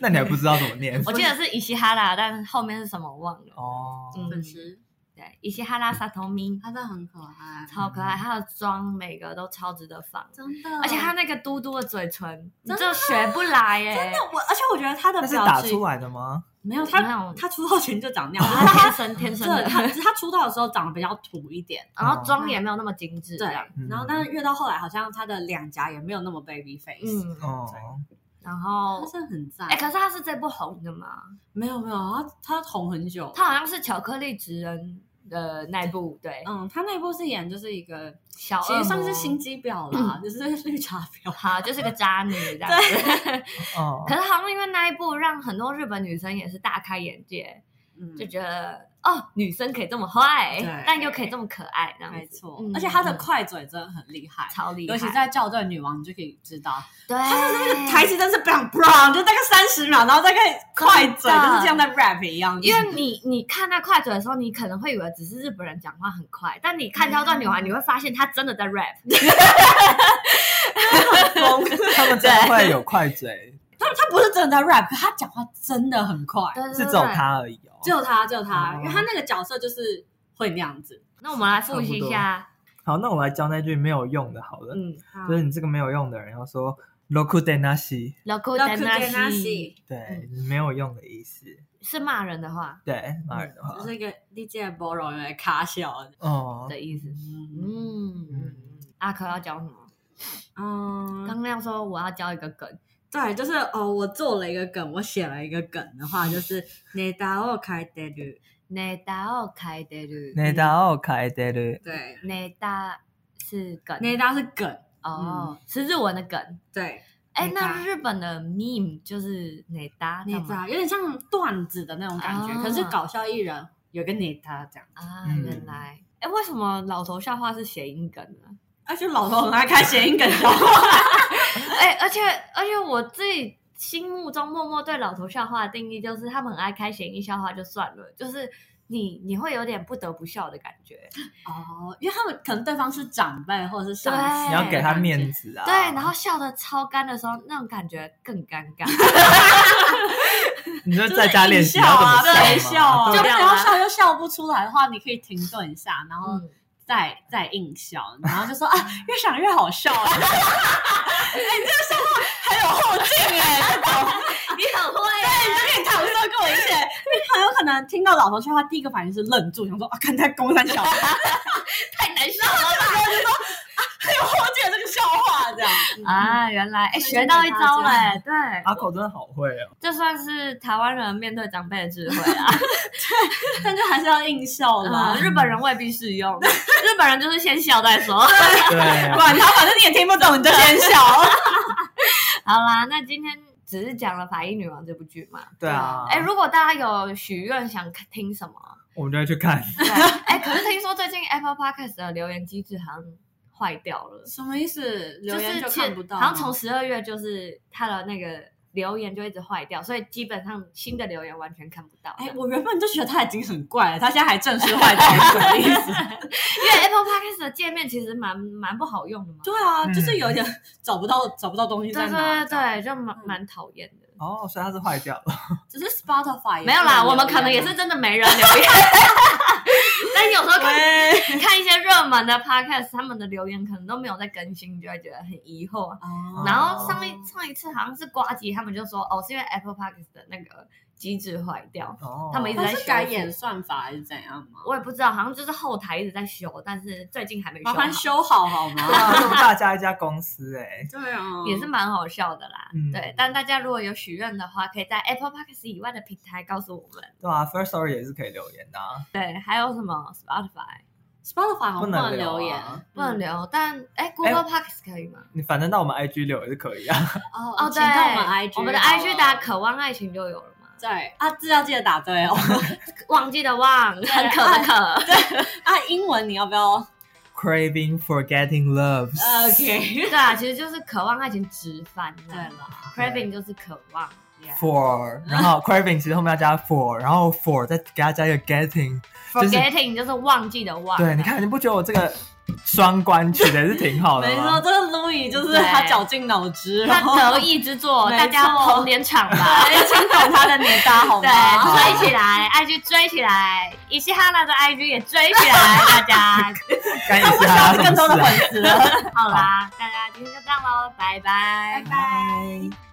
B: 那 你还不知道怎么念
C: 我记得是伊西哈拉，但后面是什么忘了。
B: 哦？
C: 嗯
D: 粉丝？
C: 对对，伊西哈拉萨头咪，
D: 他真的很可爱，
C: 超可爱，他的妆每个都超值得放，
D: 嗯真的，
C: 而且他那个嘟嘟的嘴唇，你
D: 真
C: 就学不来耶、
D: 真的我，而且我觉得他的
B: 那是
D: 表
B: 打
D: 情
B: 出来的吗？
D: 没有
C: 没
D: 他
C: 有，
D: 他出道前就长那 样，
C: 他天生天生
D: 这
C: 的，
D: 他他出道的时候长得比较土一点，
C: 然后
D: 嗯
C: 妆也没有那么精致，
D: 对
C: 这样，
B: 嗯
D: 然后但是越到后来好像他的两颊也没有那么 baby face，
C: 嗯，
B: 哦，
C: 然
D: 他
C: 后。
D: 是很赞
C: 哎、，可是他是这部红的嘛？
D: 没有没有，他他红很久，
C: 他好像是《巧克力职人》的那一部，对，
D: 嗯，他那部是演就是一个，
C: 小
D: 其实算
C: 恶魔
D: 是心机婊啦，就是绿茶婊。
C: 好，就是个渣女这样子。
B: 哦
C: 可，是好像因为那一部，让很多日本女生也是大开眼界，
D: 嗯
C: 就觉得哦，女生可以这么坏
D: 对，
C: 但又可以这么可爱，这样子
D: 没错，
C: 嗯
D: 而且他的
C: 嗯
D: 快嘴真的很厉害，
C: 超厉害，
D: 尤其在校正女王，你就可以知道
C: 对
D: 台词真是 bang bang，就大概三十秒，然后大概快嘴，就是这样在 rap 一样。
C: 因为你你看那快嘴的时候，你可能会以为只是日本人讲话很快，但你看《
D: 嗯
C: 挑战女孩》，你会发现她真的在 rap。
B: 他们真的会有快嘴，
D: 他他不是真的在 rap，他讲话真的很快。
C: 对对
B: 是
C: 对
B: 只有他而已哦。
D: 只有他，只有他，
B: 哦
D: 因为他那个角色就是会那样子。
C: 那我们来复习一下，
B: 好，那我来教那句没有用的，好了，
C: 嗯
B: 就是你这个没有用的人要说 “loku denashi”，
C: ，loco
D: 那
C: d a n a
B: 对，没有用的意思，
C: 是骂人的话
B: 对，马尔的话
D: 就，是一个 DJ 包容的卡笑。
B: 哦，
C: 的意思。
D: 嗯
C: 嗯，阿可要教什么？
D: 嗯，
C: 刚亮说我要教一个梗，
D: 对，就是哦，我做了一个梗，我写了一个梗的话，就是你打我开的绿，
C: 内达奥开德鲁，
B: 那达奥开得了，
D: 对，
C: 内达是梗
D: 你打是梗，
C: 哦，是日文的梗。
D: 对，
C: 哎，
D: 内达
C: 那日本的 meme 就是内达，
D: 你
C: 知道吗
D: 打有点像段子的那种感觉，
C: 啊
D: 可是搞笑艺人有个你打这样，
C: 啊，
B: 嗯
C: 原来。哎，为什么老头笑话是谐音梗呢？
D: 而且啊老头很爱看谐音梗笑话，
C: 哎，而且而且我自己心目中默默对老头笑话的定义就是，他们很爱开谐音笑话就算了，就是你你会有点不得不笑的感觉。
D: 哦，因为他们可能对方是长辈或者是上
C: 对
D: 司，
B: 你要给他面子啊。
C: 对，然后笑的超干的时候，那种感觉更尴尬。
B: 你就在家练习
D: 就是
B: 要怎么
D: 一笑
B: 嘛
D: 啊，
B: 对
D: 对
C: 就
D: 啊，
C: 不
D: 就
C: 要
D: 是
C: 啊
D: 你要笑又笑不出来的话，你可以停顿一下，然后
C: 嗯，
D: 再再硬笑，然后就说啊，越想越好笑 啊。哎
C: 你很会啊。
D: 你搪塞过一切，你很有可能听到老头啊笑话，第一个反应是愣住，想说啊，看他公三笑，很
C: 太难受了
D: 啊有后劲的这个笑话这样。
C: 啊！原来哎，
D: 所以
C: 学到一
D: 就给
C: 招
D: 大
C: 嘞，对，
B: 阿口真的好会哦。
C: 这算是台湾人面对长辈的智慧啊。
D: 但就还是要硬笑啦
C: 嗯，，日本人未必适用，日本人就是先笑再说。
B: 对啊，
D: 管他，反正你也听不懂，你就先笑。
C: 好啦，那今天只是讲了《法医女王》这部剧嘛。
B: 对啊，
C: 哎，如果大家有许愿想看听什么，
B: 我们就会去看。
C: 对哎，可是听说最近 Apple Podcast 的留言机制好像坏掉了，
D: 什么意思？留
C: 是
D: 言就看不到，
C: 好像从十二月就是它的那个留言就一直坏掉，所以基本上新的留言完全看不到。
D: 哎，我原本就觉得他已经很怪了，他现在还正式坏掉，是什么意思？
C: 因为 Apple Podcast 的界面其实蛮蛮不好用的嘛。
D: 对啊，
B: 嗯
D: 就是有一点找不到找不到东西在
C: 对
D: 哪。
C: 对对，就蛮蛮讨厌的。
B: 哦，所以它是坏掉 了。
D: 只是 Spotify 也
C: 没有啦，
D: 不
C: 我们可能也是真的没人留言。 但有时候看
D: 对
C: 看一些热门的 podcast，他们的留言可能都没有在更新，就会觉得很疑惑。
D: 哦
C: 然后上一上一次好像是瓜吉，他们就说哦，是因为 Apple podcast 的那个机制坏掉，
B: 哦，
C: 他们一直
D: 它
C: 在
D: 是改演算法还是怎样吗？
C: 我也不知道，好像就是后台一直在修，但是最近还没修
D: 麻
C: 好，
D: 烦修好好吗？
B: 哇这么大家一家公司哎，
D: 对啊
C: 也是蛮好笑的啦。
B: 嗯
C: 对，但大家如果有许愿的话，可以在 Apple podcast 以外的平台告诉我们。
B: 对啊，First Story 也是可以留言的啊。
C: 对，还有什么 Spotify
D: 嗯 Spotify 好像
B: 不能
D: 能
B: 留啊
D: 留言，
C: 不能
D: 嗯
C: 留，但哎 Google podcast 可以吗？
B: 你反正到我们 IG 留也是可以啊。
D: 哦
C: 哦，
D: 请
C: 对，
D: 到我们 IG，
C: 我们的
D: 好了
C: IG 打“渴望爱情”就有了嘛。
D: 对啊，字要记得打对 哦。
C: 忘记的忘，很渴的渴。
D: 啊，英文你要不要
B: Craving for getting love，
D: Oh, ？OK，
C: 对啊，其实就是渴望爱情直翻啊。
D: 对了，
C: ，craving 就是渴望。
B: for，然后 craving 其实后面要加 for，然后 for 再给它加一个 getting，就是
C: forgetting 就是忘记的忘。
B: 对，你看，你不觉得我这个双关取的也是挺好的
D: 没错，
B: 吗？
D: 这个 Louis 就是他
C: 对
D: 绞尽脑汁，然后
C: 他 得意之作，
D: 没
C: 大
D: 错
C: 家捧点场吧。
D: 请懂他的年代好
C: 对，
D: 吗？
C: 吹起来！爱 IG 追起来，伊西哈娜的 IG 也追起来，大家。
B: 干一
D: 我想
B: 下，
D: 要更多的粉丝了。
C: 好啦，大家今天就这样喽，拜拜，
D: 拜。